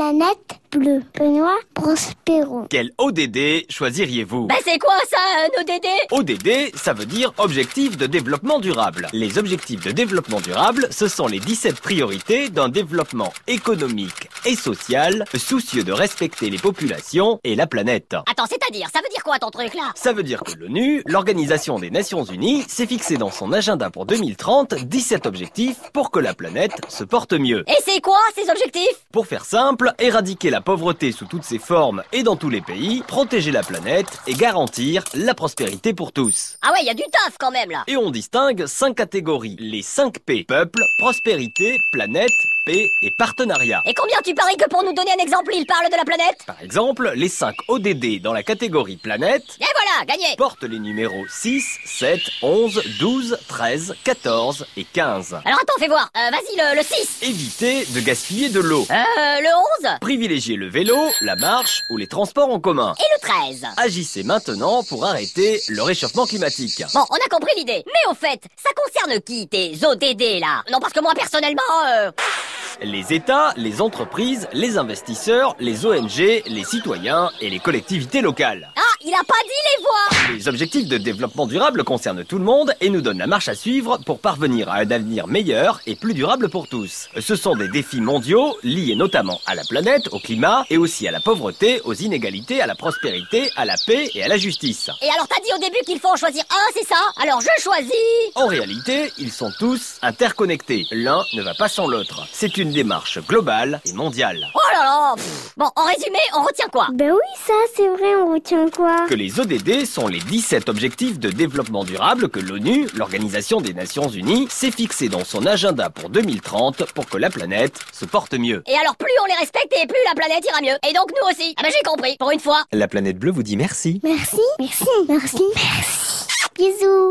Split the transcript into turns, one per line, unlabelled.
planète bleue. Benoît Prospero.
Quel ODD choisiriez-vous
Bah c'est quoi ça, euh, un ODD
ODD, ça veut dire Objectif de développement durable. Les objectifs de développement durable, ce sont les 17 priorités d'un développement économique et social soucieux de respecter les populations et la planète.
Attends, c'est-à-dire, ça veut dire quoi ton truc là
Ça veut dire que l'ONU, l'Organisation des Nations Unies, s'est fixé dans son agenda pour 2030 17 objectifs pour que la planète se porte mieux.
Et c'est quoi ces objectifs
Pour faire simple, éradiquer la pauvreté sous toutes ses formes et dans tous les pays, protéger la planète et garantir la prospérité pour tous.
Ah ouais, y a du taf quand même là
Et on distingue 5 catégories, les 5 P, peuple, prospérité, planète, paix et partenariat.
Et combien tu paries que pour nous donner un exemple, il parle de la planète
Par exemple, les 5 ODD dans la catégorie planète
Et voilà, gagné
portent les numéros 6, 7, 11, 12, 13, 14 et 15.
Alors attends, fais voir, Euh, vas-y le, le 6
Éviter de gaspiller de l'eau.
Euh, le 11
Privilégier le vélo, la marche ou les transports en commun.
et le 13
Agissez maintenant pour arrêter le réchauffement climatique.
Bon, on a compris l'idée. Mais au fait, ça concerne qui tes ODD là Non, parce que moi personnellement, euh...
Les États, les entreprises, les investisseurs, les ONG, les citoyens et les collectivités locales.
Ah, il a pas dit les voix
Les objectifs de développement durable concernent tout le monde et nous donnent la marche à suivre pour parvenir à un avenir meilleur et plus durable pour tous. Ce sont des défis mondiaux liés notamment à la planète, au climat et aussi à la pauvreté, aux inégalités, à la prospérité, à la paix et à la justice.
Et alors t'as dit au début qu'il faut en choisir un, c'est ça Alors je choisis
En réalité, ils sont tous interconnectés. L'un ne va pas sans l'autre. C'est une démarche globale et mondiale.
Oh là là pff. Bon, en résumé, on retient quoi
Ben oui, ça, c'est vrai, on retient quoi
Que les ODD sont les 17 objectifs de développement durable que l'ONU, l'Organisation des Nations Unies, s'est fixé dans son agenda pour 2030 pour que la planète se porte mieux.
Et alors plus on les respecte et plus la planète ira mieux. Et donc nous aussi. Ah bah j'ai compris, pour une fois.
La planète bleue vous dit merci.
Merci, merci, merci, merci. Bisous.